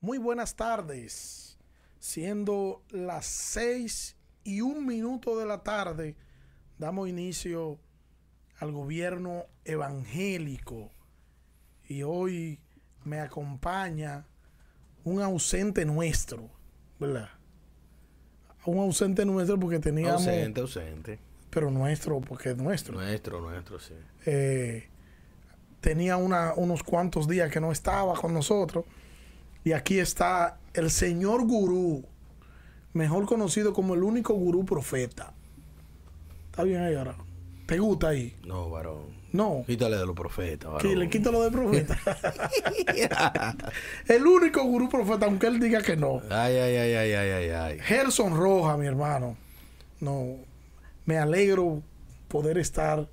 Muy buenas tardes. Siendo las 6 y un minuto de la tarde, damos inicio al gobierno evangélico. Y hoy me acompaña un ausente nuestro, ¿verdad? Un ausente nuestro porque teníamos... Ausente, ausente. Pero nuestro, porque es nuestro. Nuestro, nuestro, sí. Eh, tenía una- unos cuantos días que no estaba con nosotros. Y aquí está el señor gurú, mejor conocido como el único gurú profeta. ¿Está bien ahí ahora? ¿Te gusta ahí? No, varón. No. Quítale de los profetas, varón. Que le quito lo de profeta. el único gurú profeta, aunque él diga que no. Ay, ay, ay, ay, ay, ay, ay. Gerson Roja, mi hermano. No, me alegro poder estar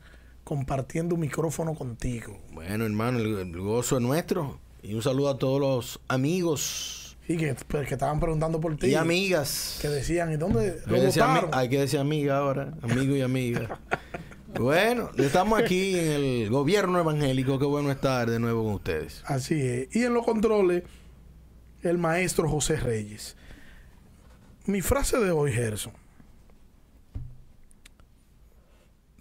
compartiendo un micrófono contigo. Bueno, hermano, el, el gozo es nuestro. Y un saludo a todos los amigos Y que, pues, que estaban preguntando por ti. y amigas. Que decían, ¿y dónde Hay lo que decir ami- votaron? hay que decir amiga ahora, amigo y amiga. bueno, estamos aquí en el gobierno evangélico. Qué bueno estar de nuevo con ustedes. Así es. Y en los controles, el maestro José Reyes. Mi frase de hoy, Gerson.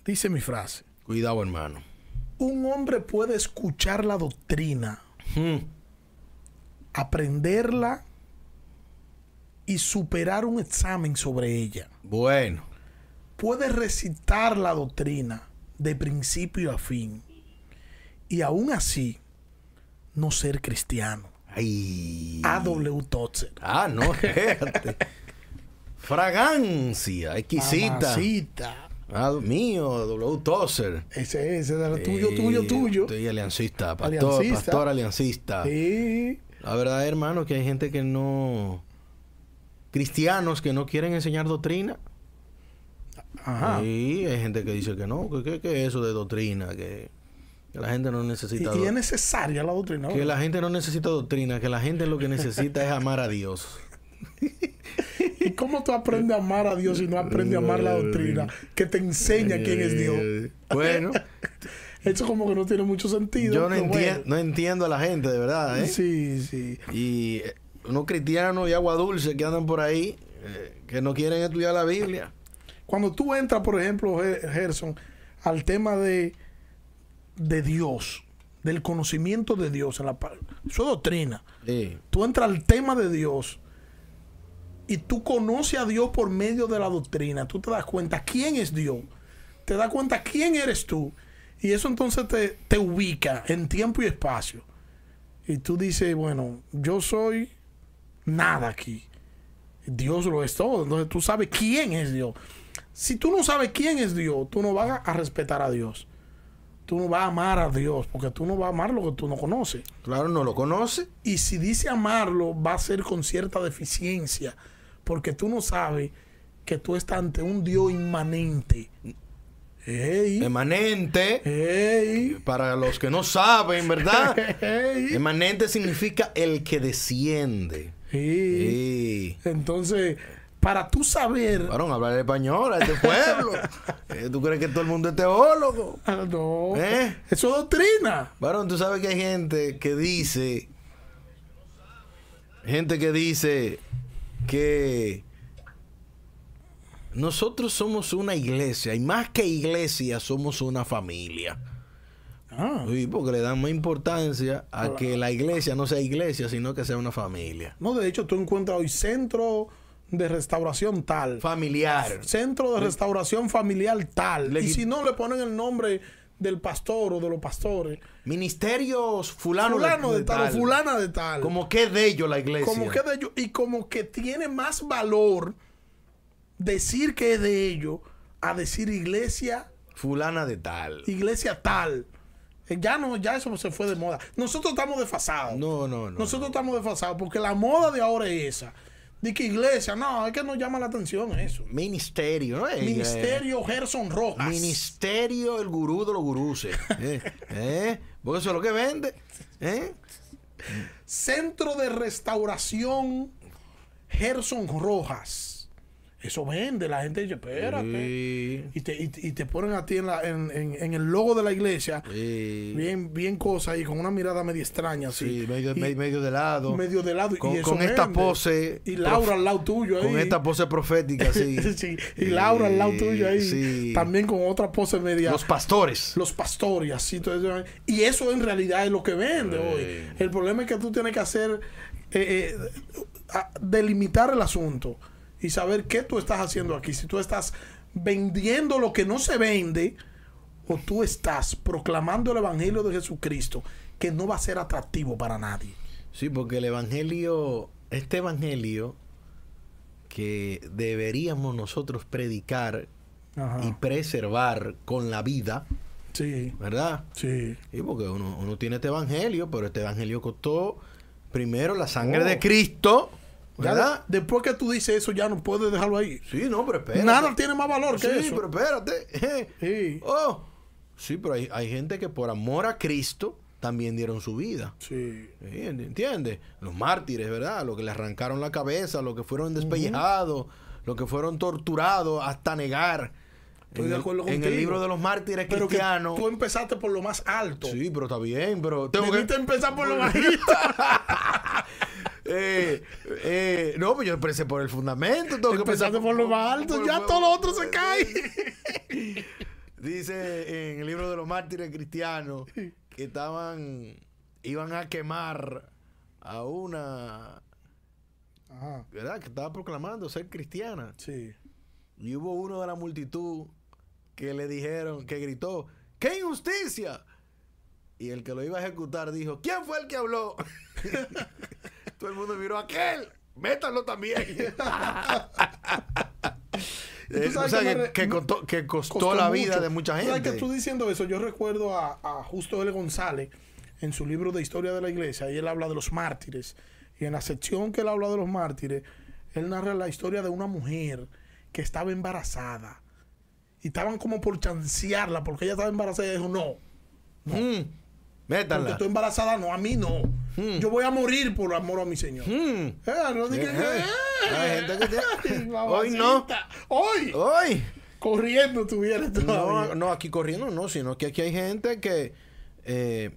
Dice mi frase. Cuidado, hermano. Un hombre puede escuchar la doctrina, Hmm. aprenderla y superar un examen sobre ella. Bueno, puede recitar la doctrina de principio a fin y aún así no ser cristiano. ay. A.W. Totzer. Ah, no, fíjate. Fragancia, exquisita. Mamacita. Ah, mío, W. Tosser. Ese ese era Ah, tuyo, Eh, tuyo, tuyo. Estoy aliancista, pastor, Aliancista. pastor aliancista. Sí. La verdad, hermano, que hay gente que no. Cristianos que no quieren enseñar doctrina. Ajá. Sí, hay gente que dice que no, que, que- que eso de doctrina, que, que la gente no Y, necesita. y es doc- necesaria la doctrina. Que la gente no necesita doctrina, que la gente lo que necesita es amar a Dios. ¿Y cómo tú aprendes a amar a Dios si no aprendes a amar la doctrina? Que te enseña quién es Dios. Eh, Bueno, Eso como que no tiene mucho sentido. yo no, pero bueno. entien- no entiendo a la gente, de verdad, ¿eh? Sí, sí. Y eh, unos cristianos y agua dulce que andan por ahí, eh, que no quieren estudiar la Biblia. Cuando tú entras, por ejemplo, Ge- Gerson, al tema de, de Dios, del conocimiento de Dios, en la, pa- su doctrina, Sí. tú entras al tema de Dios y tú conoces a Dios por medio de la doctrina, tú te das cuenta quién es Dios, te das cuenta quién eres tú, y eso entonces te, te ubica en tiempo y espacio. Y tú dices, bueno, yo soy nada aquí. Dios lo es todo. Entonces tú sabes quién es Dios. Si tú no sabes quién es Dios, tú no vas a respetar a Dios. Tú no vas a amar a Dios, porque tú no vas a amar lo que tú no conoces. Claro, no lo conoce. Y si dice amarlo, va a ser con cierta deficiencia, porque tú no sabes que tú estás ante un Dios inmanente. Em- ¡Ey! Emanente, ¡Ey! para los que no saben, ¿verdad? Em- ¡Ey! Emanente significa el que desciende. Sí. Sí. Entonces, para tú saber... Varón, hablar español a este pueblo. Eh, ¿Tú crees que todo el mundo es teólogo? Ah, No. ¿Eh? Eso es doctrina. Varón, tú sabes que hay gente que dice. Gente que dice que nosotros somos una iglesia y más que iglesia somos una familia. Ah, Sí, porque le dan más importancia a que la iglesia no sea iglesia, sino que sea una familia. No, de hecho, tú encuentras hoy centro de restauración tal. Familiar. Centro de restauración familiar tal. Le y quit- si no le ponen el nombre del pastor o de los pastores. Ministerios fulano, fulano de, tal, o fulana de tal. Como que de ellos la iglesia. Como que de ellos. Y como que tiene más valor decir que es de ellos a decir iglesia, Fulana de tal. iglesia tal. Eh, Ya no, ya eso se fue de moda. Nosotros estamos desfasados. No, no, no. Nosotros estamos desfasados porque la moda de ahora es esa. De que iglesia, no, es que nos llama la atención eso. Ministerio, ¿no? Eh, Ministerio Gerson Rojas. Ministerio el gurú de los guruses. ¿Eh? ¿Eh? Porque eso es lo que vende. ¿Eh? Centro de Restauración Gerson Rojas. Eso vende, la gente dice, espérate. Sí. Y, te, y, te- y te ponen a ti en, la- en- en- en el logo de la iglesia, Sí. bien, bien cosa ahí, con una mirada media extraña, así. Sí, medio, Y me- medio de lado. medio de lado. y Con, eso con esta vende. pose. Y Laura prof- al lado tuyo ahí. Con esta pose profética, sí. Eh, Sí, Y Laura al lado tuyo ahí. Sí. También con otra pose media. Los pastores. los pastores, así, todo eso. y eso en realidad es lo que vende hoy. El problema es que tú tienes que hacer, eh, eh, a- delimitar el asunto y saber qué tú estás haciendo aquí. Si tú estás vendiendo lo que no se vende o tú estás proclamando el Evangelio de Jesucristo, que no va a ser atractivo para nadie. Sí, porque el evangelio, este evangelio que deberíamos nosotros predicar y preservar con la vida, Sí, ¿verdad? sí. Sí, porque uno, uno tiene este evangelio, pero este evangelio costó primero la sangre Oh. de Cristo, Ya ¿verdad? de- después que tú dices eso, ya no puedes dejarlo ahí. Sí, no, pero espérate. Nada tiene más valor que sí, eso. pero espérate. Sí. Oh, sí, pero hay, hay gente que por amor a Cristo también dieron su vida. Sí. Sí, ent- ¿Entiendes? Los mártires, ¿verdad? Los que le arrancaron la cabeza, los que fueron despellejados, los que fueron torturados hasta negar. Estoy en de el- acuerdo En el contigo. libro de los mártires Pero que cristianos. tú empezaste por lo más alto. Sí, pero está bien, pero tengo que... Debiste empezar por lo bajito. Eh, eh, no, pues yo empecé por el fundamento. Tengo que empezar Empezaste por lo más alto. por- Ya por- todo lo otro se cae. Dice en el libro de los mártires cristianos que estaban... Iban a quemar a una... Ajá. ¿Verdad? Que estaba proclamando ser cristiana. Sí. Y hubo uno de la multitud que le dijeron, que gritó, ¡qué injusticia! Y el que lo iba a ejecutar dijo, ¿quién fue el que habló? Todo el mundo miró, ¡aquel! ¡Métanlo también! Eh, sabes o sea, que me re- que, que me- costó, que costó la vida de mucha ¿Sabes gente. que tú diciendo eso, yo recuerdo a, a Justo L. González en su libro de Historia de la Iglesia, y él habla de los mártires. Y en la sección que él habla de los mártires, él narra la historia de una mujer que estaba embarazada. Y estaban como por chancearla, porque ella estaba embarazada y ella dijo, no, Mm, porque métanla. estoy embarazada, no, a mí no. Yo voy a morir por amor a mi Señor. Mm. Eh, no dije que- Hmm. Eh, hay gente que tiene- Ay, Hoy no. mamacita. Hoy. ¡Hoy! Corriendo tuviera todavía. No, no, aquí corriendo no, sino que aquí hay gente que eh,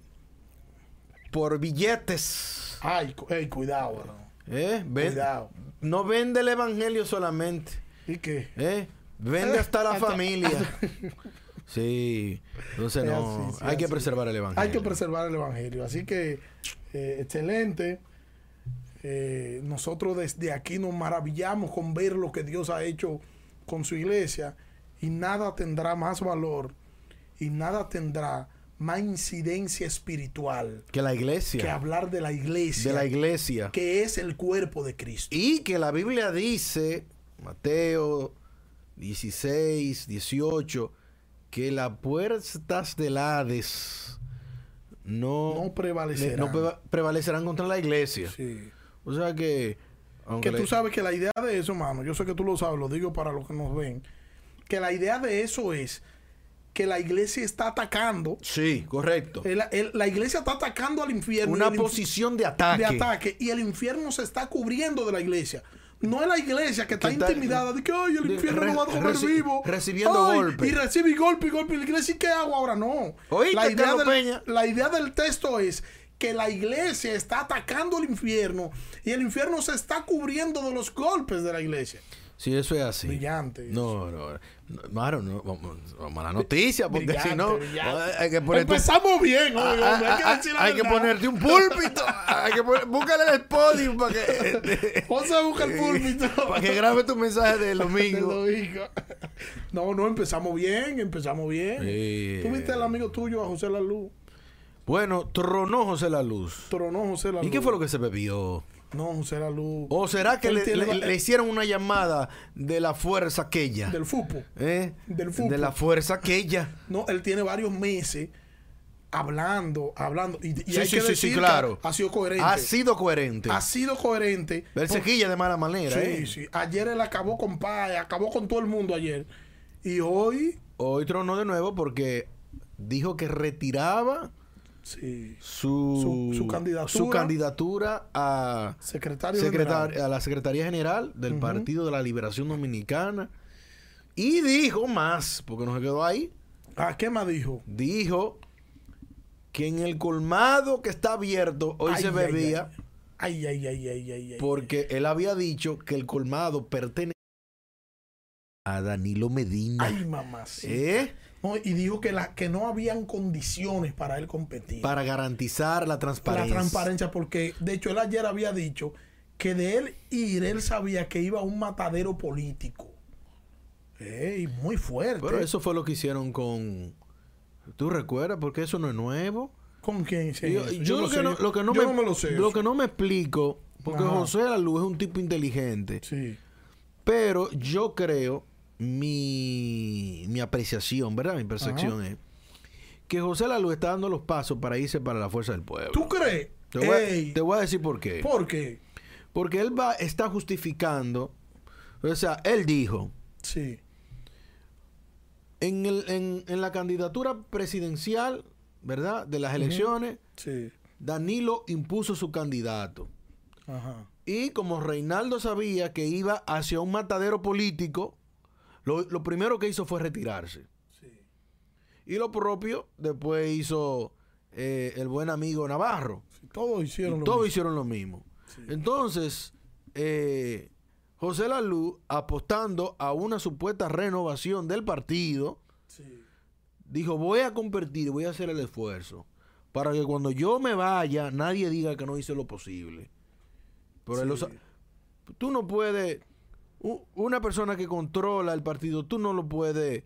por billetes Ay, cu- ey, cuidado, bro. ¿Eh? Ven- Cuidado. No vende el evangelio solamente. ¿Y qué? ¿eh? Vende hasta la familia. Sí. Entonces Es no. así, sí, hay que así. preservar el evangelio. Hay que preservar el evangelio. Así que, eh, excelente. Eh, nosotros desde aquí nos maravillamos con ver lo que Dios ha hecho con su iglesia y nada tendrá más valor y nada tendrá más incidencia espiritual Que la que iglesia. hablar de la iglesia, de la iglesia. que es el cuerpo de Cristo. Y que la Biblia dice, Mateo 16, 18, que las puertas del Hades no, No prevalecerán. no preva- prevalecerán contra la iglesia. Sí. O sea que. aunque Que tú la- sabes que la idea de eso, mano, yo sé que tú lo sabes, lo digo para los que nos ven, que la idea de eso es que la iglesia está atacando, Sí, correcto. el- el- la iglesia está atacando al infierno. y una el inf- posición de de ataque. ataque y el infierno se está cubriendo de la iglesia. No es la iglesia que está, Que está- intimidada de que ay, el de- infierno re- no va a comer reci- vivo. recibiendo Ay, golpe. Y recibe golpe y golpe. Y la iglesia, ¿y qué hago ahora? No. Oíste, la, idea Carlos del, Peña. la idea del texto es que la iglesia está atacando el infierno y el infierno se está cubriendo de los golpes de la iglesia. Sí, eso es así. Brillante. No, no, no, Maro, no, vamos, vamos a la noticia, porque si no, eh, brillante. hay que ponerte, Empezamos bien, Ah, oye, ah, hombre, hay que ah, decir la hay que verdad. ponerte un púlpito. hay que poner, búscale el Spotify para que, Vamos a buscar el púlpito. para que grabe tu mensaje del domingo. Del domingo. No, no, empezamos bien, empezamos bien. Sí. Tú viste al amigo tuyo, a José Lalu. Bueno, tronó José la luz. Tronó José Lalu. ¿Y qué fue lo que Oh. se bebió? No, José Lalu. ¿O será que Él le, tiene- le- le hicieron una llamada de la fuerza aquella? Del fútbol. ¿Eh? del De fútbol. la fuerza aquella. No, él tiene varios meses hablando, hablando. Y, y Sí, hay sí, que sí, sí, decir que claro. Ah, ha sido coherente. Ha sido coherente. Ha sido coherente. Él se quilla de mala manera, Sí, ¿eh? sí. Ayer él acabó con Paz, acabó con todo el mundo ayer. Y hoy Hoy tronó de nuevo porque dijo que retiraba Sí. su, Su- su candidatura. su candidatura a, Secretario secretar- general. a la Secretaría General del Partido de la Liberación Dominicana. Y dijo más, porque no se quedó ahí, Ah, ¿qué más dijo? dijo que en el colmado que está abierto hoy Ay, se ay, bebía Ay, ay, ay, ay, ay, ay. porque él había dicho que el colmado pertenece a Danilo Medina. Ay, mamá. sí. ¿eh? No, y dijo que, la, que no habían condiciones para él competir. Para garantizar la la transparencia. transparencia, porque de hecho él ayer había dicho que de él ir, él sabía que iba a un matadero político. Ey, muy fuerte. Pero eso fue lo que hicieron con... ¿Tú recuerdas? Porque eso no es nuevo. ¿Con quién se Yo, hizo? yo lo, no que sé, no, yo- lo que no yo me, lo sé. lo eso. que no me explico, porque Ajá. José Alú es un tipo inteligente, Sí. pero yo creo, mi, mi apreciación, ¿verdad? Mi percepción es que José Alú está dando los pasos para irse para la fuerza del pueblo. ¿Tú crees? Te voy, a- Ey, te voy a decir por qué. ¿Por qué? Porque él va, está justificando, o sea, él dijo, Sí. en, el- en- en la candidatura presidencial, ¿verdad? De las elecciones, Sí. Danilo impuso su candidato. Ajá. Y como Reinaldo sabía que iba hacia un matadero político, lo, lo primero que hizo fue retirarse. Sí. Y lo propio después hizo eh, el buen amigo Navarro. Sí, Todos Y hicieron lo todos mismo. hicieron lo mismo. Sí. Entonces, eh, José Lalu, apostando a una supuesta renovación del partido, Sí. dijo, voy a competir, voy a hacer el esfuerzo, para que cuando yo me vaya, nadie diga que no hice lo posible. Pero él lo Sí. sa- tú no puedes, u- una persona que controla el partido, tú no lo puedes,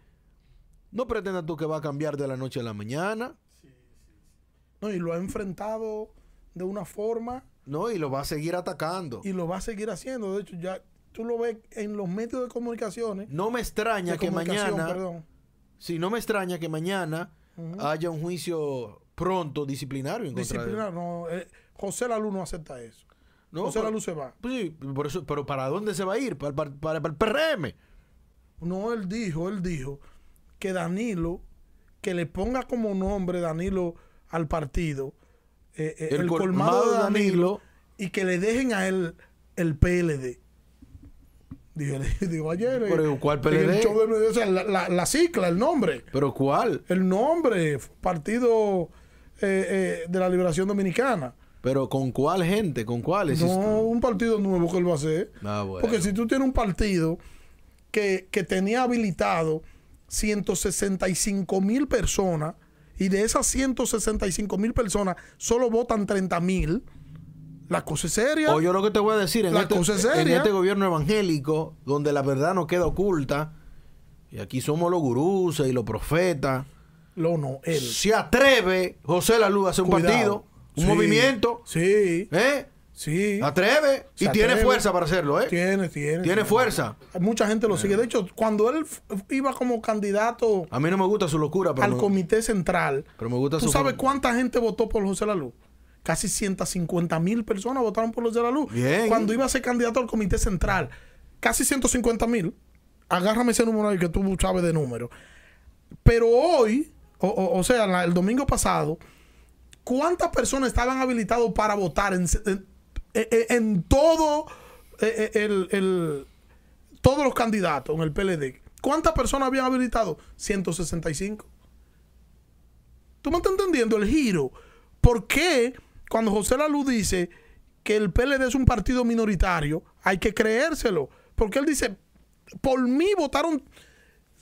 no pretendas tú que va a cambiar de la noche a la mañana, No, y lo ha enfrentado de una forma ¿no? Y lo va a seguir atacando. y lo va a seguir haciendo. De hecho, ya tú lo ves en los medios de comunicaciones. No me extraña de que comunicación, mañana, perdón. sí, no me extraña que mañana haya un juicio pronto disciplinario en contra de- Disciplinar, no. eh, José Lalu no acepta eso. No, José pero- Lalu se va. Pues sí, por eso, pero ¿para dónde se va a ir? ¿Para, para, para- para el PRM? No, él dijo, él dijo que Danilo, que le ponga como nombre Danilo al partido, eh, eh, el, colmado, de Danilo, y que le dejen a él el PLD. Digo, digo ayer. eh, Pero, ¿cuál en el PLD? show de- o sea, la, la- la cicla, el nombre. ¿Pero cuál? El nombre, Partido eh, eh, de la Liberación Dominicana. ¿Pero con cuál gente? ¿Con cuáles? No un partido nuevo que él va a hacer. Ah, bueno. Porque si tú tienes un partido que, que tenía habilitado 165 mil personas y de esas 165 mil personas solo votan 30 mil, la cosa es seria. Oye, lo que te voy a decir, en La este, cosa es en seria. este gobierno evangélico, donde la verdad no queda oculta, y aquí somos los gurús y los profetas, No, no, él. se atreve José Lalu a hacer un Cuidado. partido, un Sí, movimiento, Sí, ¿eh? sí. Atreve, y Se tiene atreve. fuerza para hacerlo, ¿eh? Tiene, tiene. tiene Ah. fuerza. Mucha gente lo sigue. De hecho, cuando él f- iba como candidato A mí no me gusta su locura, pero, al me- comité central, pero me gusta ¿Tú su sabes forma- cuánta gente votó por José Lalu? Casi 150 mil personas votaron por José Lalu. Bien. Cuando iba a ser candidato al Comité Central, casi 150 mil. Agárrame ese número ahí que tú sabes de número. Pero hoy, o, o- o sea, la- el domingo pasado, ¿cuántas personas estaban habilitadas para votar en, se- en- en- en todo eh, eh, el- el- todos los candidatos en el PLD? ¿Cuántas personas habían habilitado? 165. ¿Tú me estás entendiendo el giro? ¿Por qué cuando José Lalu dice que el PLD es un partido minoritario, hay que creérselo? Porque él dice, por mí votaron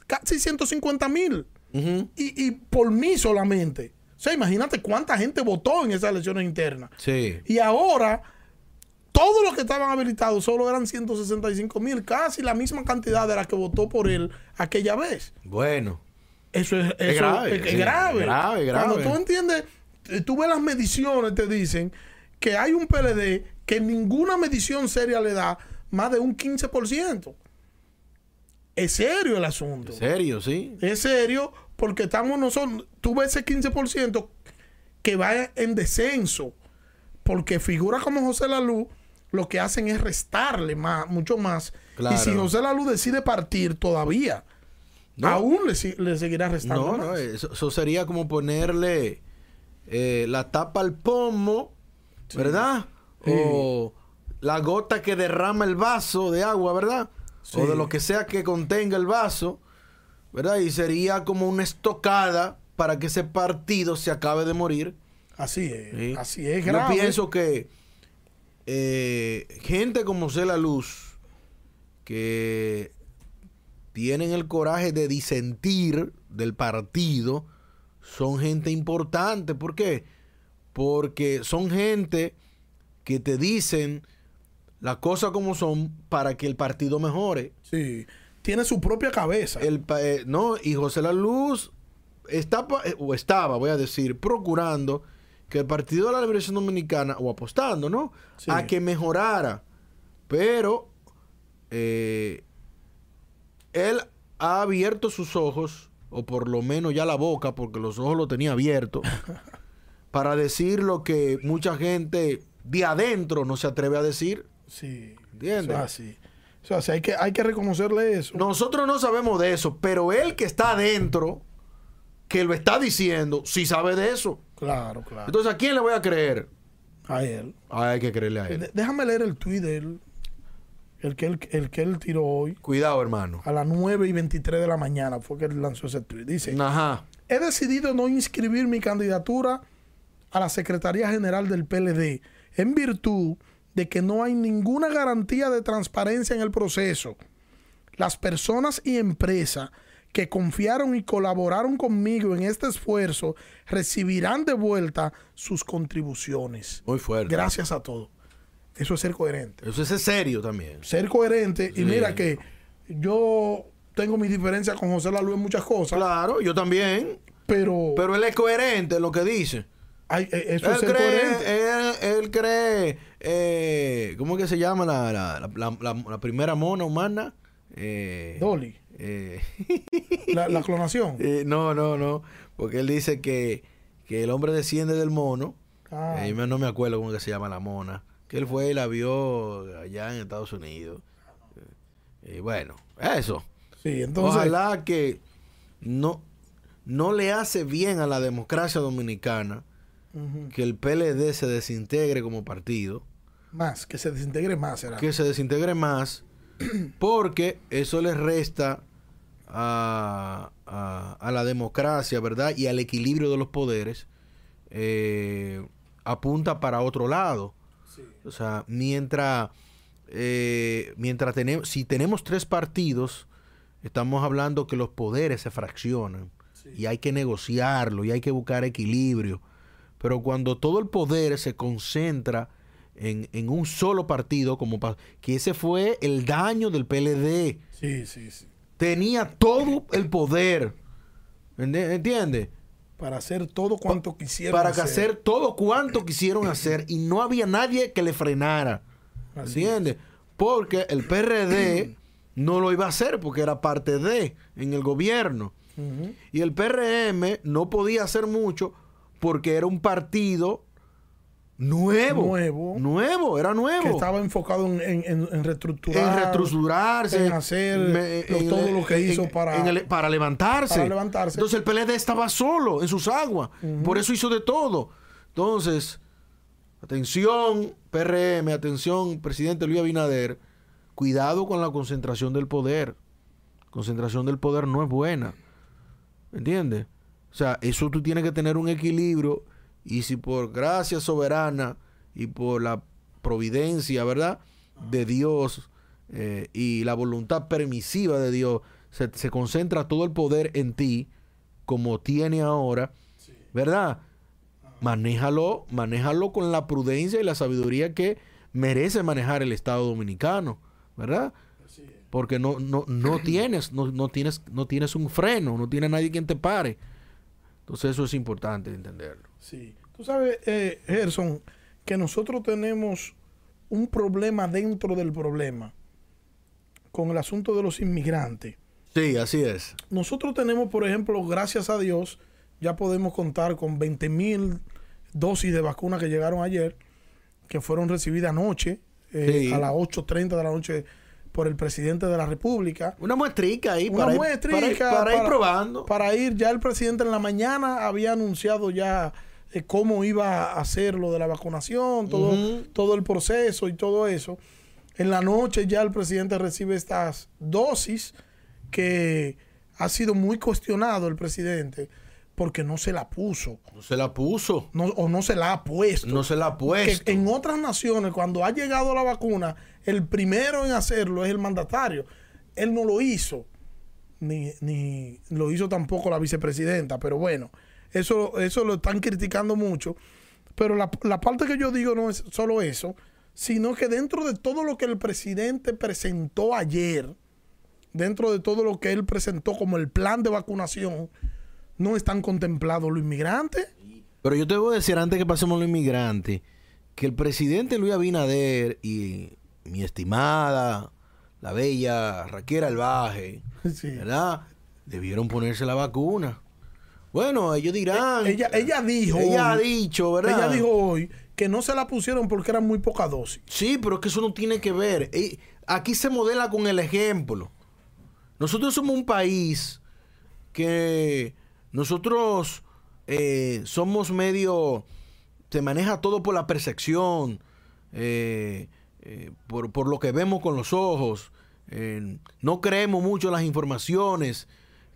casi 150 mil Ujú. y, y por mí solamente. O sea, imagínate cuánta gente votó en esas elecciones internas. Sí. Y ahora, todos los que estaban habilitados solo eran 165 mil, casi la misma cantidad de la que votó por él aquella vez. Bueno. Eso es, eso grave, es- es sí, grave. grave, grave. Cuando tú entiendes, eh, tú ves las mediciones, te dicen que hay un PLD que ninguna medición seria le da más de un 15%. Es serio el asunto. Serio, sí. Es serio porque estamos nosotros, tú ves ese 15% que va en descenso, porque figuras como José Lalu lo que hacen es restarle más, mucho más. Claro. Y si José Lalu decide partir todavía, No. aún le, si- le seguirá restando No, eh, más. no, eso, eso sería como ponerle eh, la tapa al pomo, ¿verdad? O la gota que derrama el vaso de agua, ¿verdad? O de Sí. lo que sea que contenga el vaso, ¿verdad? Y sería como una estocada para que ese partido se acabe de morir. Así es. Sí. Eh, Así es, Yo grave. pienso que eh, gente como la Luz, que tienen el coraje de disentir del partido, son gente importante. ¿Por qué? Porque son gente que te dicen las cosas como son para que el partido mejore. Sí. Tiene su propia cabeza. El pa- eh, no, y José La Luz está, pa- eh, o estaba, voy a decir, procurando que el Partido de la Liberación Dominicana, o apostando, ¿no? Sí. A que mejorara. Pero eh, él ha abierto sus ojos, o por lo menos ya la boca, porque los ojos lo tenía abierto, para decir lo que mucha gente de adentro no se atreve a decir. sí. ¿Entiendes? Eso es así. Eso es así. Hay que, hay que reconocerle eso. Nosotros no sabemos de eso, pero él que está adentro, que lo está diciendo, sí sabe de eso. Claro, claro. Entonces, ¿a quién le voy a creer? a él. Ah, hay que creerle a él. De- déjame leer el tweet de él. El que él, el que él tiró hoy. Cuidado, hermano. A las 9 y 23 de la mañana fue que él lanzó ese tweet. Dice: Ajá. He decidido no inscribir mi candidatura a la Secretaría General del PLD en virtud de que no hay ninguna garantía de transparencia en el proceso. Las personas y empresas que confiaron y colaboraron conmigo en este esfuerzo recibirán de vuelta sus contribuciones. Muy fuerte. Gracias a todos. Eso es ser coherente. Eso es serio también. Ser coherente. Sí. Y mira que yo tengo mi diferencia con José Lalu en muchas cosas, Claro, yo también. pero, Pero él es coherente en lo que dice. hay- eh, eso Él es ser coherente. cree, él, él cree, eh, ¿cómo es que se llama la, la- la- la- la- la primera mona humana? Eh, Dolly, eh, la, la clonación. Eh, no, no, no. Porque él dice que, que el hombre desciende del mono. Ah, Eh, yo no me acuerdo cómo que se llama la mona. Que él fue y la vio allá en Estados Unidos. Eh, Y bueno, eso. sí, entonces, Ojalá que no, no le hace bien a la democracia dominicana ujú, que el PLD se desintegre como partido. más, que se desintegre más, será. que se desintegre más, porque eso le resta a, a- a la democracia, ¿verdad? Y al equilibrio de los poderes, eh, apunta para otro lado. O sea, mientras, eh, mientras tenemos, si tenemos tres partidos, estamos hablando que los poderes se fraccionan y hay que negociarlo y hay que buscar equilibrio. Pero cuando todo el poder se concentra en, en un solo partido, como pa- que ese fue el daño del PLD, Sí, sí, sí. tenía todo el poder, ¿ende- ¿entiendes? Para hacer todo cuanto quisieron. Para que hacer todo cuanto quisieron hacer y no había nadie que le frenara. Así ¿Entiendes? Porque el PRD no lo iba a hacer porque era parte de en el gobierno. Ujú. Y el PRM no podía hacer mucho porque era un partido nuevo. Nuevo. Nuevo, era nuevo. Que estaba enfocado en, en, en- en reestructurar. en reestructurarse. en hacer lo- todo lo que hizo para- en el- para levantarse. para levantarse. Entonces el PLD estaba solo en sus aguas. Por eso hizo de todo. Entonces, atención, PRM, atención, presidente Luis Abinader. Cuidado con la concentración del poder. Concentración del poder no es buena. ¿Entiendes? O sea, eso tú tienes que tener un equilibrio. Y si por gracia soberana y por la providencia, ¿verdad? De Dios eh, y la voluntad permisiva de Dios, se, se concentra todo el poder en ti, como tiene ahora, ¿verdad? Manéjalo, manéjalo con la prudencia y la sabiduría que merece manejar el Estado dominicano, ¿verdad? Porque no, no, no tienes, no, no tienes, no tienes un freno, no tiene nadie quien te pare. Entonces eso es importante entenderlo. Sí. Tú sabes, eh, Gerson, que nosotros tenemos un problema dentro del problema con el asunto de los inmigrantes. Sí, así es. Nosotros tenemos, por ejemplo, gracias a Dios, ya podemos contar con 20 mil dosis de vacuna que llegaron ayer, que fueron recibidas anoche, eh, Sí. a las 8.30 de la noche, por el presidente de la República. Una muestrica ahí Una para, ir- muestrica para ir, para ir probando. Para ir, ya el presidente en la mañana había anunciado ya eh, cómo iba a hacer lo de la vacunación, todo, Ujú. todo el proceso y todo eso. En la noche ya el presidente recibe estas dosis que ha sido muy cuestionado el presidente porque no se la puso No se la puso. no- o no se la ha puesto. No se la ha Que puesto. en otras naciones, cuando ha llegado la vacuna, el primero en hacerlo es el mandatario. Él no lo hizo, ni, ni lo hizo tampoco la vicepresidenta, pero bueno, eso, eso lo están criticando mucho. Pero la, la parte que yo digo no es solo eso, sino que dentro de todo lo que el presidente presentó ayer, dentro de todo lo que él presentó como el plan de vacunación, no están contemplados los inmigrantes. Pero yo te voy a decir, antes que pasemos a los inmigrantes, que el presidente Luis Abinader y mi estimada, la bella Raquel Albaje, Sí. ¿verdad? Debieron ponerse la vacuna. Bueno, ellos dirán. Ella, ella dijo. Ella ha hoy- dicho, ¿verdad? Ella dijo hoy que no se la pusieron porque eran muy poca dosis. Sí, pero es que eso no tiene que ver. Eh, Aquí se modela con el ejemplo. Nosotros somos un país que nosotros eh, somos medio... Se maneja todo por la percepción, eh, eh, por, por lo que vemos con los ojos. Eh, no creemos mucho en las informaciones.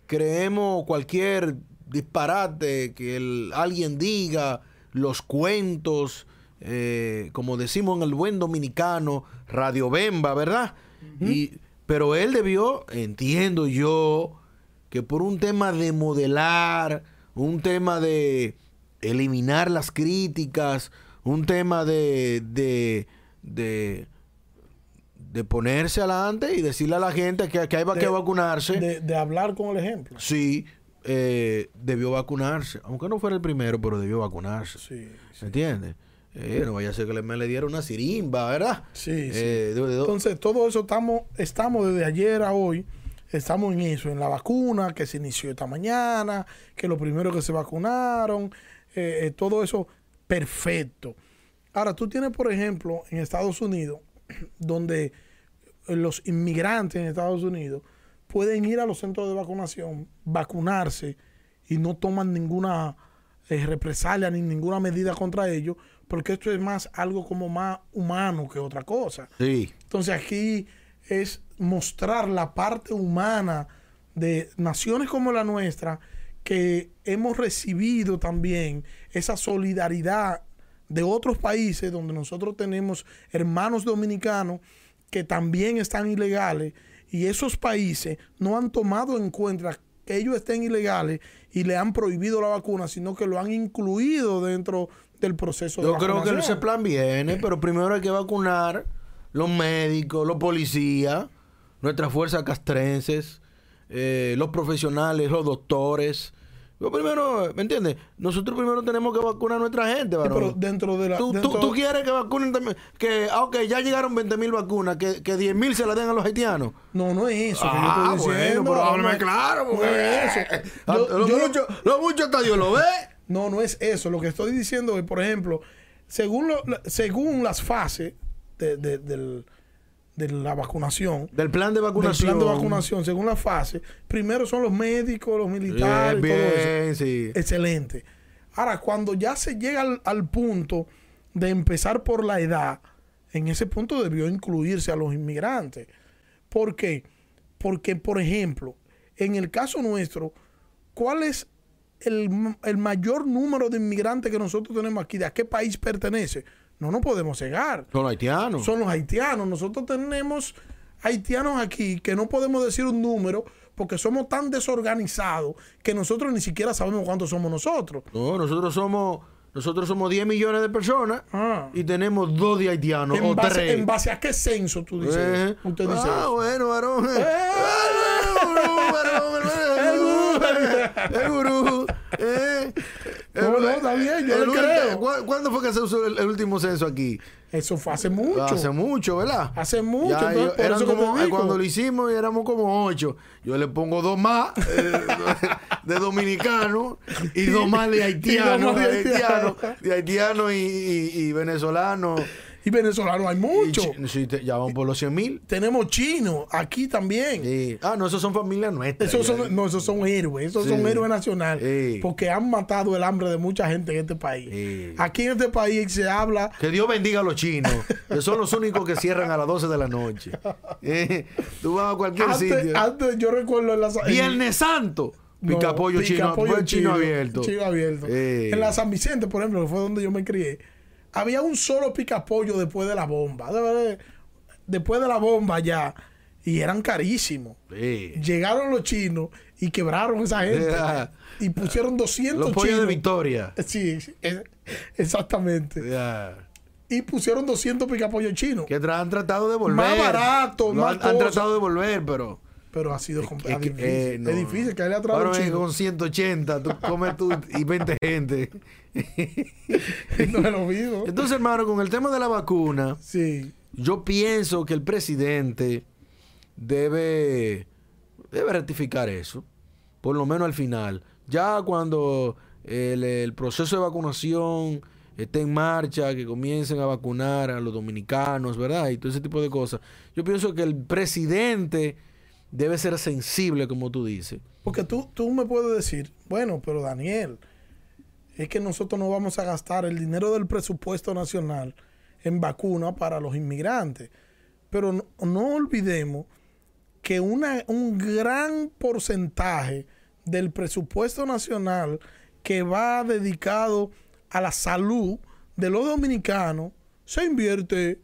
Creemos cualquier disparate que el- alguien diga, los cuentos, eh, como decimos en el buen dominicano, Radio Bemba, ¿verdad? Y- pero él debió, entiendo yo, que por un tema de modelar, un tema de eliminar las críticas, un tema de, de, de, de ponerse adelante y decirle a la gente que, que hay De- que vacunarse. De, de hablar con el ejemplo. Sí, eh, debió vacunarse. Aunque no fuera el primero, pero debió vacunarse. Sí. sí. ¿Me entiendes? Eh, no vaya a ser que le, me le diera una sirimba, ¿verdad? Sí, sí. Eh, de- de- Entonces, todo eso estamos, estamos desde ayer a hoy, estamos en eso, en la vacuna que se inició esta mañana, que los primeros que se vacunaron, eh, eh, todo eso perfecto. Ahora, tú tienes, por ejemplo, en Estados Unidos, donde eh, los inmigrantes en Estados Unidos pueden ir a los centros de vacunación, vacunarse y no toman ninguna eh, represalia ni ninguna medida contra ellos, porque esto es más algo como más humano que otra cosa. sí. Entonces aquí es mostrar la parte humana de naciones como la nuestra que hemos recibido también esa solidaridad de otros países donde nosotros tenemos hermanos dominicanos que también están ilegales y esos países no han tomado en cuenta que ellos estén ilegales y le han prohibido la vacuna, sino que lo han incluido dentro del proceso de Yo creo que ese vacunación. plan viene, pero primero hay que vacunar los médicos, los policías, nuestras fuerzas castrenses, eh, los profesionales, los doctores. Yo primero, ¿me entiendes? Nosotros primero tenemos que vacunar a nuestra gente, Sí, varón. pero dentro de la ¿Tú, tú- dentro- tú quieres que vacunen también? Que, ah, ok, ya llegaron 20 mil vacunas, que, que 10 mil se las den a los haitianos. No, no es eso. que Ah, yo estoy diciendo, bueno, pero no, háblame no- claro, porque- Eh, No ah, es eso. Pues, Yo- lo, yo- mucho, lo mucho hasta Dios lo ve. no, no es eso. Lo que estoy diciendo es, por ejemplo, según, lo- la- según las fases de, de- del- de la vacunación, Del plan de del vacunación. plan de vacunación, según las fases, primero son los médicos, los militares, Bien, y todo eso. bien, sí. Excelente. Ahora, cuando ya se llega al, al punto de empezar por la edad, en ese punto debió incluirse a los inmigrantes. ¿Por qué? Porque, por ejemplo, en el caso nuestro, ¿cuál es el, m- el mayor número de inmigrantes que nosotros tenemos aquí? ¿De a qué país pertenece? No nos podemos cegar Son haitianos. son los haitianos. Nosotros tenemos haitianos aquí que no podemos decir un número porque somos tan desorganizados que nosotros ni siquiera sabemos cuántos somos nosotros. No, nosotros somos, nosotros somos 10 millones de personas Ah. y tenemos dos de haitianos o en, base, tres. en base a qué censo tú dices. Eh, eso? Usted dice ah, eso. bueno, varón. Eh, El El gurú. gurú, el gurú. Eh, el- No, no, está bien, yo el le ulti- creo. ¿cu- ¿Cuándo fue que se usó el, el último censo aquí? Eso fue hace mucho. Hace mucho, ¿verdad? Hace mucho, Ya, entonces, yo- por eran eso que te como- eh, digo. cuando lo hicimos éramos como ocho. Yo le pongo dos más eh, de dominicanos y dos más de Y dos haitianos. más de De haitianos haitianos. de haitiano y, y- y venezolanos. Y Y venezolanos hay Y muchos. chi- sí, te- ya van por los 100 mil. Tenemos chinos aquí también. Ah, no, esos son familias nuestras. Esos Ya- son, no, esos son héroes, esos Sí. son héroes nacionales, Sí. porque han matado el hambre de mucha gente en este país. Sí. Aquí en este país se habla Que Dios bendiga a los chinos, que son los únicos que cierran a las 12 de la noche. Eh, tú vas a cualquier Antes, sitio. antes yo recuerdo en la en- Viernes Santo. no, Picapollo chino, picapollo buen chino, abierto. chino abierto. Eh. En la San Vicente, por ejemplo, que fue donde yo me crié, había un solo picapollo después de la bomba. de- de- Después de la bomba ya. Y eran carísimos. Eh, Llegaron los chinos y quebraron esa gente. Ya. Y pusieron 200 Los pollos de chinos. Victoria. Sí, sí, es- exactamente. Ya. Y pusieron 200 picapollos chinos. Que tra- han tratado de volver. barato, Lo más han, han cosas. tratado de volver, pero. Pero ha sido compl- Es que- difícil. eh, no. Es difícil que haya traído Ahora un ven chino. con 180, tú comes tú y 20 gente. no es lo mismo. Entonces, hermano, con el tema de la vacuna, Sí. yo pienso que el presidente debe, debe rectificar eso, por lo menos al final. Ya cuando el, el proceso de vacunación esté en marcha, que comiencen a vacunar a los dominicanos, ¿verdad? Y todo ese tipo de cosas. Yo pienso que el presidente debe ser sensible, como tú dices. Porque tú, tú me puedes decir, bueno, pero Daniel, es que nosotros no vamos a gastar el dinero del presupuesto nacional en vacunas para los inmigrantes. Pero no, no olvidemos que una, un gran porcentaje del presupuesto nacional que va dedicado a la salud de los dominicanos se invierte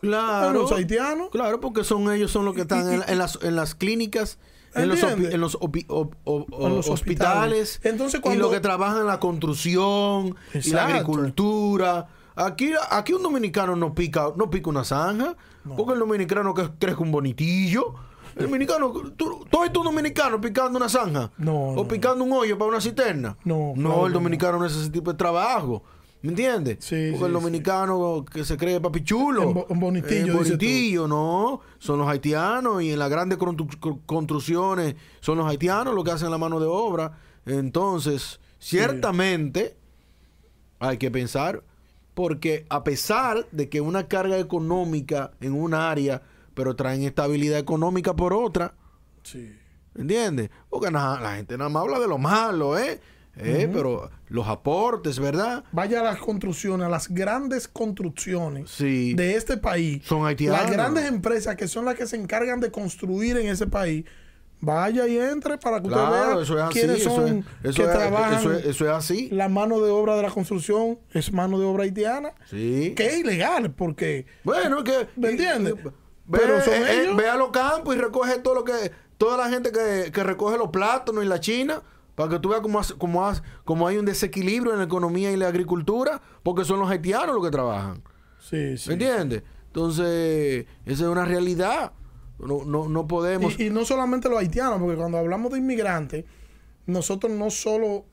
Claro. los haitianos. Claro, porque son ellos son los que están en, la- en las, en las clínicas, en los, opi- ¿Entiendes? en los opi- op- op- En los hospitales. hospitales. Entonces, Y cuando- los que trabajan en la construcción y la Exacto. agricultura. Aquí, aquí un dominicano no pica, no pica una zanja, porque el dominicano que crezca un bonitillo. El dominicano, tú, todo esto dominicano picando una zanja No, o no. picando un hoyo para una cisterna. No, no, claro que el no. dominicano no hace ese tipo de trabajo. ¿Me entiendes? Sí, porque sí, el sí. dominicano que se cree papi chulo En Bo- en Bonitillo, en dices tú. Bonitillo, no. Son los haitianos y en las grandes constru- cru- construcciones son los haitianos los que hacen la mano de obra. Entonces, ciertamente hay que pensar, porque a pesar de que una carga económica en un área, pero traen estabilidad económica por otra, Sí. ¿Entiendes? Porque na- la gente nada más habla de lo malo, ¿eh? Eh, Pero los aportes, ¿verdad? Vaya a las construcciones, a las grandes construcciones Sí. de este país. Son haitianos. Las grandes empresas que son las que se encargan de construir en ese país. Vaya y entre para que usted Claro, vea eso es así. quiénes Eso son es, que eso es- trabajan. eso es- eso es así. La mano de obra de la construcción es mano de obra haitiana, Sí. que es ilegal porque Bueno, que. ¿Me entiendes? Ve, Pero son eh, eh, ellos. ve a los campos y recoge todo lo que. Toda la gente que, que recoge los plátanos y la China. Para que tú veas cómo, hace- cómo, hace- cómo hay un desequilibrio en la economía y la agricultura. Porque son los haitianos los que trabajan. sí, sí. ¿Me entiendes? Entonces, esa es una realidad. No, no, no podemos. Y, y no solamente los haitianos, porque cuando hablamos de inmigrantes, nosotros no solo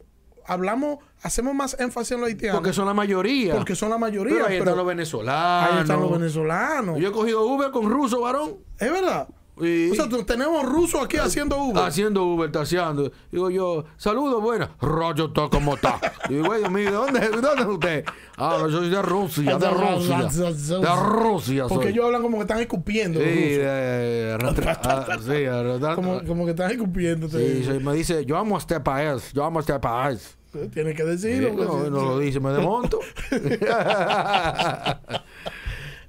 hablamos, hacemos más énfasis en los haitianos porque porque son, son la mayoría. la mayoría, pero ahí pero están los venezolanos. ahí están los venezolanos. Yo he cogido Uber con ruso, varón. Es verdad. Y- O sea, tú- tenemos rusos Ah, aquí haciendo Uber. Haciendo Uber, taseando. Digo yo, saludos, buenas. Rollo, ¿tú cómo está? Digo, güey, Dios mío, ¿dónde, dónde es usted? Ah, yo soy de Rusia, de Rusia. De Rusia, soy. Porque ellos hablan como que están escupiendo. Sí, los rusos. eh, arrastra- ah, sí, arrastra- Como, como que están escupiendo. te Sí, digo. sí, me dice, yo amo a este país, yo amo a este país. Tienes que Sí, decirlo. pues, no, porque si- no lo dice, me desmonto.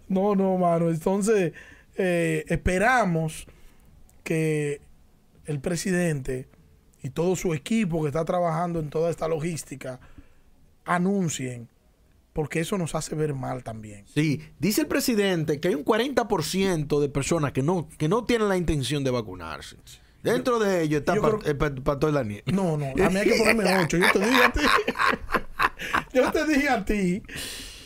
No, no, mano. Entonces, eh, esperamos que el presidente y todo su equipo que está trabajando en toda esta logística anuncien, porque eso nos hace ver mal también. Sí, dice el presidente que hay un 40% de personas que no, que no tienen la intención de vacunarse. Dentro de ellos está yo pa- creo- el pa- Pastor Daniel. No, no, a mí hay que ponerme ocho. Yo te dije a ti. Yo te dije a ti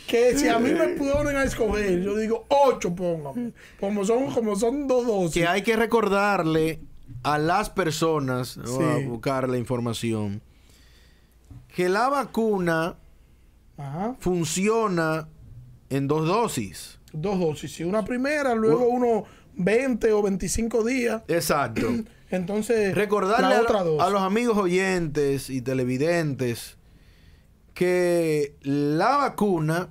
que si a mí me ponen a escoger, yo digo ocho póngame. Como son, como son dos dosis. Que hay que recordarle a las personas, ¿no? Sí. a buscar la información, que la vacuna Ajá. funciona en dos dosis. Dos dosis. Si una primera, luego uno 20 o 25 días. Exacto. Entonces, Recordarle la a, otra lo- dosis. a los amigos oyentes y televidentes que la vacuna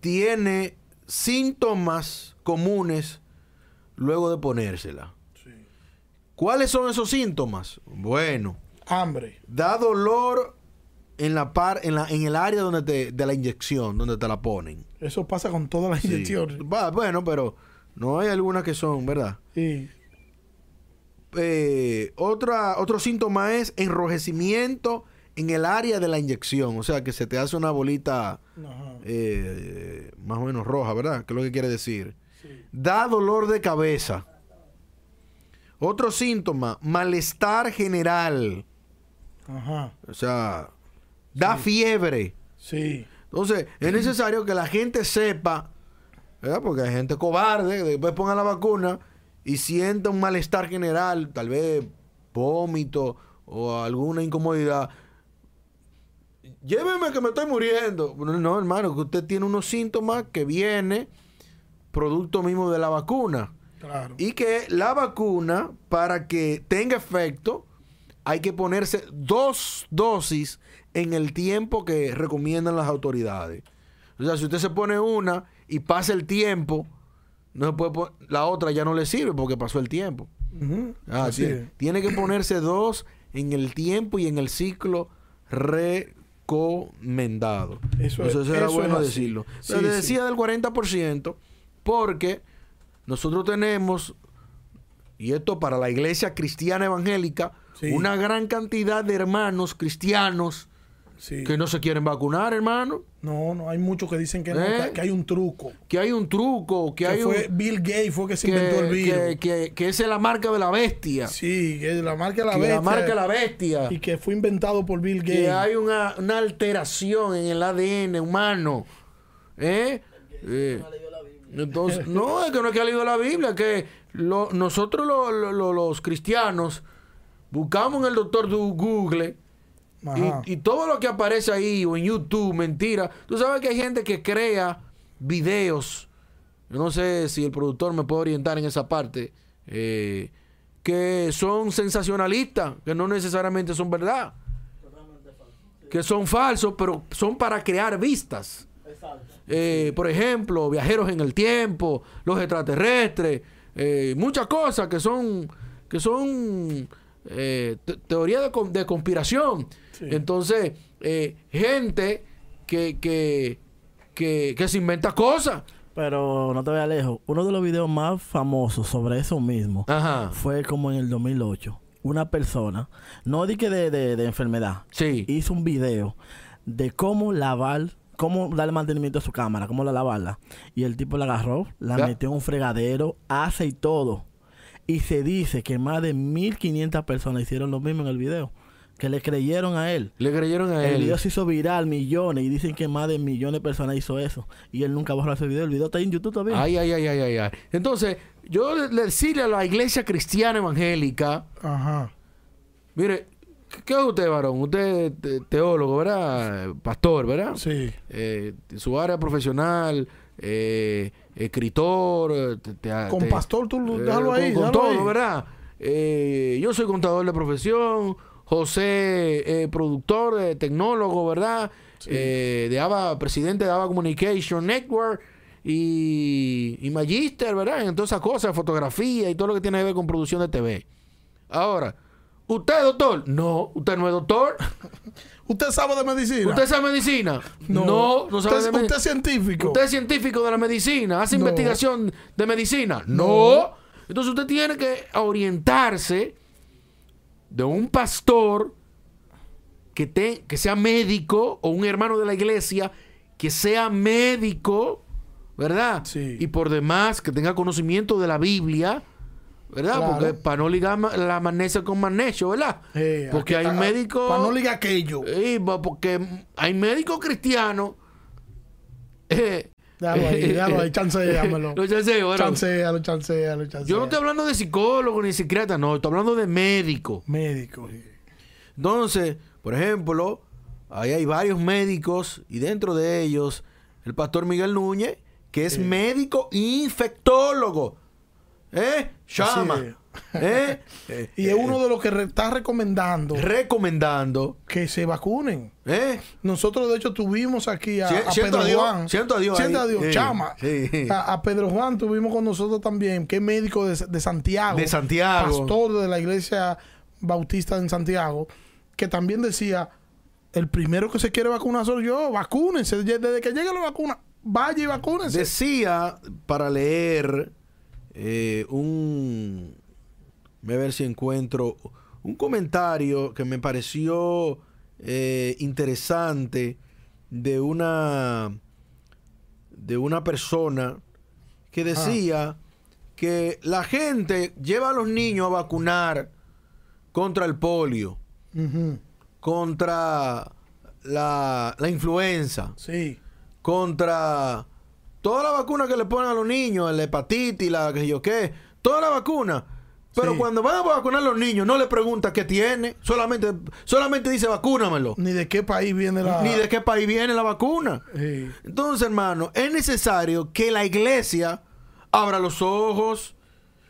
tiene síntomas comunes luego de ponérsela. ¿Cuáles son esos síntomas? Bueno, Hambre. da dolor en la par, en, la, en el área donde te, de la inyección, donde te la ponen. Eso pasa con todas las Sí. inyecciones. Va, bueno, pero no hay algunas que son, ¿verdad? Sí. Eh, otra, otro síntoma es enrojecimiento en el área de la inyección. O sea, que se te hace una bolita Ajá. eh, más o menos roja, ¿verdad? ¿Qué es lo que quiere decir? Sí. Da dolor de cabeza. Otro síntoma, malestar general. Ajá. O sea, da fiebre. Sí. Entonces, es necesario que la gente sepa, ¿verdad? Porque hay gente cobarde, que después ponga la vacuna y sienta un malestar general, tal vez vómito o alguna incomodidad. Lléveme que me estoy muriendo. No, no, hermano, que usted tiene unos síntomas que viene producto mismo de la vacuna. Claro. Y que la vacuna, para que tenga efecto, hay que ponerse dos dosis en el tiempo que recomiendan las autoridades. O sea, si usted se pone una y pasa el tiempo, no se puede pon- la otra ya no le sirve porque pasó el tiempo. Ujú. Ah, Así tie- es. Tiene que ponerse dos en el tiempo y en el ciclo recomendado. Eso es- Entonces, era eso bueno es así. decirlo. Sí, Pero le sí. decía del 40% porque nosotros tenemos, y esto para la iglesia cristiana evangélica, Sí. una gran cantidad de hermanos cristianos Sí. que no se quieren vacunar, hermano. No, no, hay muchos que dicen que, no, ¿Eh? que- que hay un truco. Que hay un truco, que, Que hay fue un... Bill Gates fue que se Que, inventó el virus. que, que- que esa es la marca de la bestia. sí, que la marca la que bestia. la marca la bestia. Y que fue inventado por Bill Gates. que hay una, una alteración en el ADN humano. ¿Eh? Eh, entonces, no, es que no es que ha leído la Biblia, que lo- nosotros lo- lo- lo- los cristianos buscamos en el doctor du- Google Ajá. y, y todo lo que aparece ahí o en YouTube, mentira. Tú sabes que hay gente que crea videos. Yo No sé si el productor me puede orientar en esa parte. eh, que son sensacionalistas, que no necesariamente son verdad. Que son falsos, pero son para crear vistas. Eh, por ejemplo, viajeros en el tiempo, los extraterrestres, eh, muchas cosas que son, que son eh, te- teoría de, con- de conspiración. Sí. Entonces, eh, gente que, que, que, que se inventa cosas. Pero no te veas lejos. Uno de los videos más famosos sobre eso mismo Ajá. fue como en el 2008. Una persona, no di que de, de, de enfermedad, Sí. hizo un video de cómo lavar, cómo darle mantenimiento a su cámara, cómo la lavarla. Y el tipo la agarró, la Ya. metió en un fregadero, hace y todo. Y se dice que más de 1500 personas hicieron lo mismo en el video, que le creyeron a él. Le creyeron a El él. video se hizo viral, millones, y dicen que más de millones de personas hizo eso. Y él nunca borró ese video. El video está ahí en YouTube todavía. Ay, ay, ay, ay, ay, ay. Entonces, yo le, le decirle a la iglesia cristiana evangélica, Ajá. mire, ¿qué es usted, varón? Usted te- teólogo, ¿verdad? Pastor, ¿verdad? Sí. eh, su área profesional, eh, escritor, eh, te- te- Con te- pastor, tú lo- eh, déjalo con- ahí, Con, déjalo todo, ahí. ¿verdad? Eh, yo soy contador de profesión, José, eh, productor, eh, tecnólogo, ¿verdad? Eh, de ABA, presidente de ABA Communication Network y, y magíster, ¿verdad? En todas esas cosas, fotografía y todo lo que tiene que ver con producción de TV. Ahora, ¿usted es doctor? No, usted no es doctor. ¿Usted sabe de medicina? ¿Usted sabe medicina? No, no, sabe ¿Usted, de medi- usted es científico? ¿Usted es científico de la medicina? ¿Hace No. investigación de medicina? No. No. Entonces usted tiene que orientarse de un pastor que, te- que sea médico o un hermano de la iglesia que sea médico, ¿verdad? Sí. Y por demás que tenga conocimiento de la Biblia, ¿verdad? Claro. Porque para no ligar ma- la magnesia con magnesio, ¿verdad? Eh, Porque aquí- hay ah, médicos... Para no ligar aquello. Sí, pa- porque hay médicos cristianos. eh, Déjalo ahí, déjalo ahí, chanceámelo. lo chanceo, bueno. Chancealo, chancealo, chancealo. Yo no estoy hablando de psicólogo ni psiquiatra, no, estoy hablando de médico. Médico. sí. Entonces, por ejemplo, ahí hay varios médicos y dentro de ellos el pastor Miguel Núñez, que es médico infectólogo. ¿Eh? Chama. ¿Eh? Y es uno de los que re- está recomendando Recomendando. que se vacunen. ¿Eh? Nosotros, de hecho, tuvimos aquí a, Sie- a siento Pedro a Dios, Juan. siento a Dios Siento ahí. a Dios, Sí, chama. sí. A, a Pedro Juan tuvimos con nosotros también, que es médico de, de Santiago. De Santiago. Pastor de la iglesia bautista en Santiago, que también decía, el primero que se quiere vacunar soy yo, vacúnense. Ye- Desde que llegue la vacuna, vaya y vacúnense. Decía para leer eh, un. Voy a ver si encuentro un comentario que me pareció eh, interesante de una. de una persona que decía que la gente lleva a los niños a vacunar contra el polio, Ujú. contra la, la influenza Sí. contra toda la vacuna que le ponen a los niños, la hepatitis, la que yo qué, toda la vacuna. Pero Sí. cuando van a vacunar a los niños, no le pregunta qué tiene, solamente, solamente dice vacúnamelo. Ni de qué país viene la... Ni de qué país viene la vacuna. Sí. Entonces, hermano, es necesario que la iglesia abra los ojos.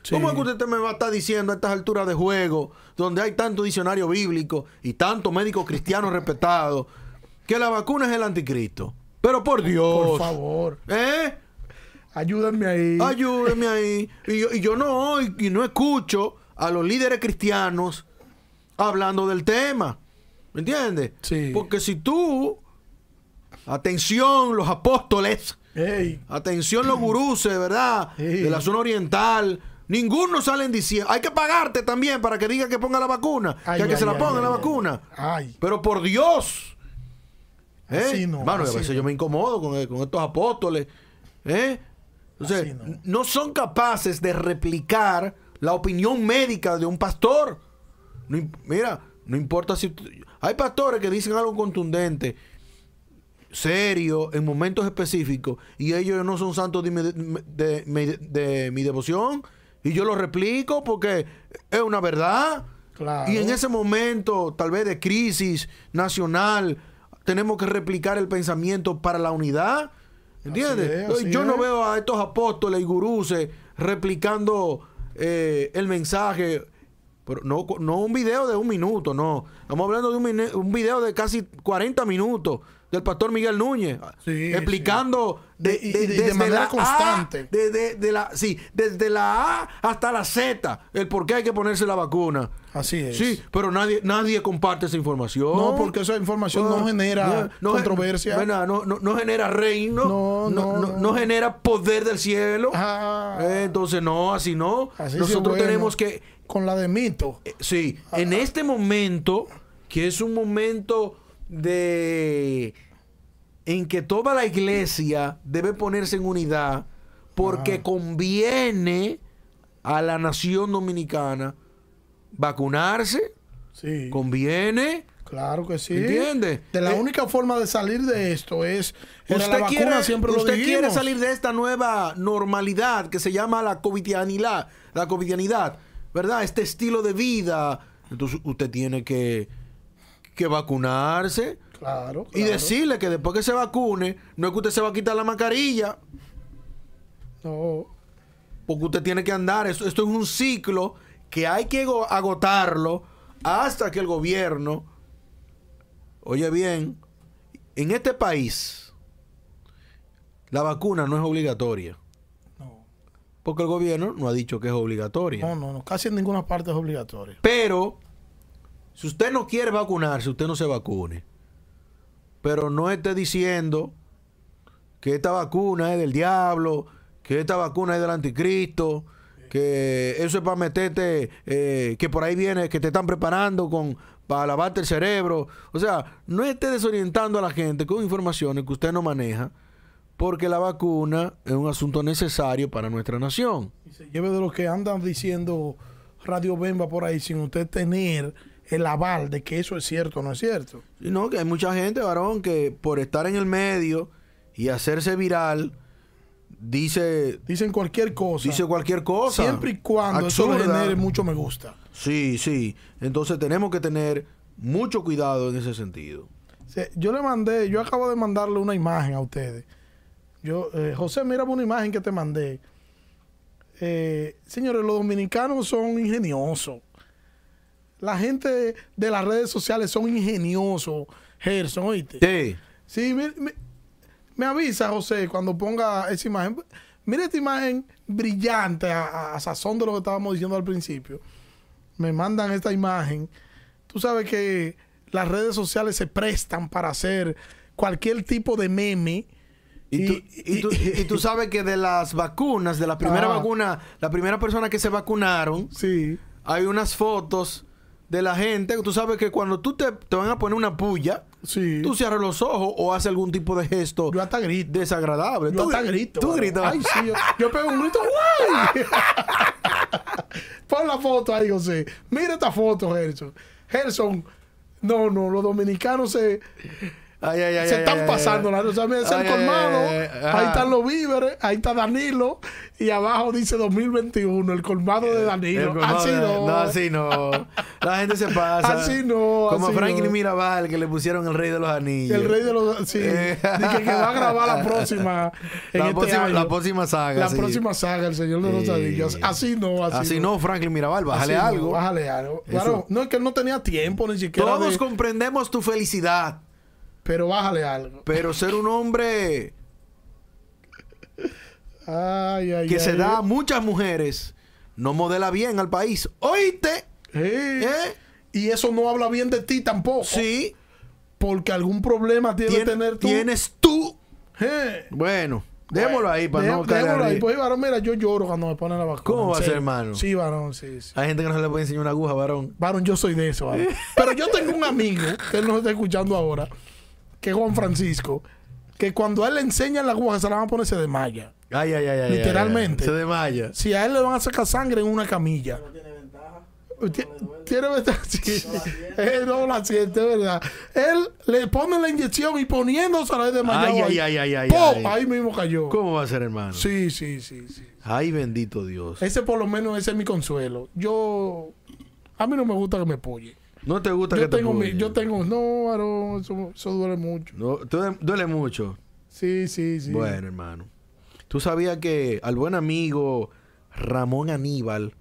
Sí. ¿Cómo es que usted me va a estar diciendo a estas alturas de juego, donde hay tanto diccionario bíblico y tanto médico cristiano respetado, que la vacuna es el anticristo? Pero por Dios. Por favor, ¿Eh? ayúdenme ahí. Ayúdeme ahí. Y yo, y yo no oí- y no escucho a los líderes cristianos hablando del tema. ¿Me entiendes? Sí. Porque si tú, atención los apóstoles, Ey, atención los guruses, ¿verdad? Sí. De la zona oriental. Ninguno salen diciendo, hay que pagarte también para que diga que ponga la vacuna, Ay, que, hay que ay, se la ay, ponga ay, la ay. vacuna. ay. Pero por Dios. ¿Eh? Así no, Hermano, así a veces no. yo me incomodo con, con estos apóstoles. ¿eh? Así Entonces, no. no. son capaces de replicar la opinión médica de un pastor. No im- mira, no importa si... tú- Hay pastores que dicen algo contundente, serio, en momentos específicos, y ellos no son santos de mi, de- de- de mi devoción, y yo lo replico porque es una verdad. Claro. Y en ese momento, tal vez de crisis nacional, tenemos que replicar el pensamiento para la unidad. ¿Entiendes? Así es, así Yo no es. veo a estos apóstoles y guruses replicando eh, el mensaje. Pero no, no un video de un minuto, no. Estamos hablando de un, mine- un video de casi 40 minutos del pastor Miguel Núñez. Ah, ah, Sí, explicando de, De- y- de- y de desde manera la A, constante. de- de- de la, sí, desde la A hasta la Z, el por qué hay que ponerse la vacuna. Así es. Sí, pero nadie, nadie comparte esa información. Ah, No, porque esa información no genera gen- controversia. bueno, No, no- no genera reino. No, No, no, no, no. no genera poder del cielo. Ah. Eh, entonces, no, así no. Así sí Nosotros es bueno. Ah. tenemos que. Con la de mito. eh, sí, en este momento, que es un momento de. en que toda la iglesia debe ponerse en unidad porque Ah. conviene a la nación dominicana vacunarse Sí. conviene. Claro que sí. ¿Entiende? De la Eh, única forma de salir de esto es. era Usted, la vacuna, quiere, siempre lo usted dijimos. quiere salir de esta nueva normalidad que se llama la covidianidad, la covidianidad, ¿verdad? Este estilo de vida. Entonces usted tiene que, que vacunarse Claro. y claro. decirle que después que se vacune, no es que usted se va a quitar la mascarilla, No. porque usted tiene que andar. Esto, esto es un ciclo que hay que go- agotarlo hasta que el gobierno, oye bien, en este país la vacuna no es obligatoria, No. porque el gobierno no ha dicho que es obligatoria. No, no, no. Casi en ninguna parte es obligatorio. Pero, si usted no quiere vacunarse, usted no se vacune. Pero no esté diciendo que esta vacuna es del diablo, que esta vacuna es del anticristo, que eso es para meterte, eh, que por ahí viene, que te están preparando con para lavarte el cerebro. O sea, no esté desorientando a la gente con informaciones que usted no maneja, porque la vacuna es un asunto necesario para nuestra nación. Y se lleve de lo que andan diciendo Radio Bemba por ahí sin usted tener el aval de que eso es cierto o no es cierto. Y No, que hay mucha gente, varón, que por estar en el medio y hacerse viral, dice, Dicen cualquier cosa. dice cualquier cosa. Siempre y cuando eso le absurda. genere mucho me gusta. Sí, sí. Entonces tenemos que tener mucho cuidado en ese sentido. Se- Yo le mandé, yo acabo de mandarle una imagen a ustedes. Yo, eh, José, mira una imagen que te mandé. Eh, señores, los dominicanos son ingeniosos. La gente de las redes sociales son ingeniosos, Gerson, oíste. Sí. Sí, mi- mi- me, avisa José cuando ponga esa imagen. Mira esta imagen brillante a, a- a sazón de lo que estábamos diciendo al principio. Me mandan esta imagen. Tú sabes que las redes sociales se prestan para hacer cualquier tipo de meme. Y tú, y, tú, y tú sabes que de las vacunas, de la primera Ah. vacuna, la primera persona que se vacunaron, Sí. hay unas fotos de la gente. Tú sabes que cuando tú te, te van a poner una puya, Sí. tú cierras los ojos o haces algún tipo de gesto yo hasta grito. desagradable. Yo tú hasta gri- grito. Tú varón. gritas. Ay, sí, yo, yo pego un grito. ¡Guay! Pon la foto ahí, José. Mira esta foto, Gerson. Gerson, no, no, los dominicanos se, Ay, ay, ay, se ay, están ay, pasando. ay. la- O sea, mira, es el Ay, ay, colmado. ay, ay, ay. ahí están los víveres. Ahí está Danilo. Y abajo dice 2021, el colmado de Eh, El Danilo. colmado así de- no. No, así no. La gente se pasa. Así no, Como así a Franklin no. Mirabal, que le pusieron el rey de los anillos. El rey de los. Sí. Eh. Dije que va a grabar la próxima. en la, este próxima, año. la próxima saga. La sí. próxima saga, el señor de Sí. Rosadillas. Así no, así, Así no, Franklin Mirabal, bájale Así no, algo. bájale algo. Eso. Varón, no es que él no tenía tiempo ni siquiera. Todos de- comprendemos tu felicidad, Pero bájale algo. pero ser un hombre Ay, ay, que ay. se da a muchas mujeres no modela bien al país. ¿Oíste? Eh. ¿Eh? Y eso no habla bien de ti tampoco. Sí. Porque algún problema tiene que Tien- tener tú. Tienes tú. Eh. Bueno, démoslo ahí para Dé- no caer démoslo ahí. arriba. Pues, varón, mira, yo lloro cuando me ponen la vacuna. ¿Cómo en va a ser, serio. hermano? Sí, varón, sí, sí. Hay gente que no se le puede enseñar una aguja, varón. Varón, yo soy de eso, varón. Pero yo tengo un amigo, que él nos está escuchando ahora, que es Juan Francisco, que cuando a él le enseñan la aguja se la van a poner se desmaya. Ay, ay, ay, ay. Literalmente. ay, ay. Se desmaya. Si a él le van a sacar sangre en una camilla. Ti- Tiene ventaja. sí. Él no la siente, ¿verdad? Él le pone la inyección y poniéndose a la de Ay, ay, ay, ay, ay, ay. Ahí mismo cayó. ¿Cómo va a ser, hermano? Sí, sí, sí, sí. Ay, bendito Dios. Ese por lo menos ese es mi consuelo. Yo. A mí no me gusta que me polle. No te gusta Yo que tengo, te mi- pullen? yo tengo. No, varón, eso, eso duele mucho. No, te duele- duele mucho. Sí, sí, sí. Bueno, hermano. Tú sabías que al buen amigo Ramón Aníbal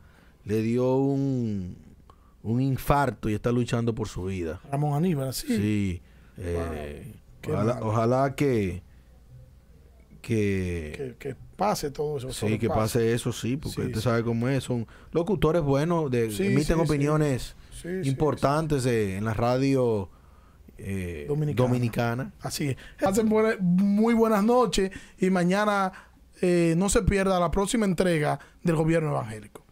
le dio un, un infarto y está luchando por su vida. Ramón Aníbal, sí. Sí. Eh, Qué ojalá, malo. ojalá que. Que. Que, que pase todo eso. sí, que pase, eso, sí, porque Sí, usted sí. sabe cómo es. Son locutores buenos, de, Sí, emiten sí, sí. opiniones Sí, sí, importantes eh, en la radio eh, Dominicana. dominicana. Así es. Hacen buena- muy buenas noches y mañana eh, no se pierda la próxima entrega del gobierno evangélico.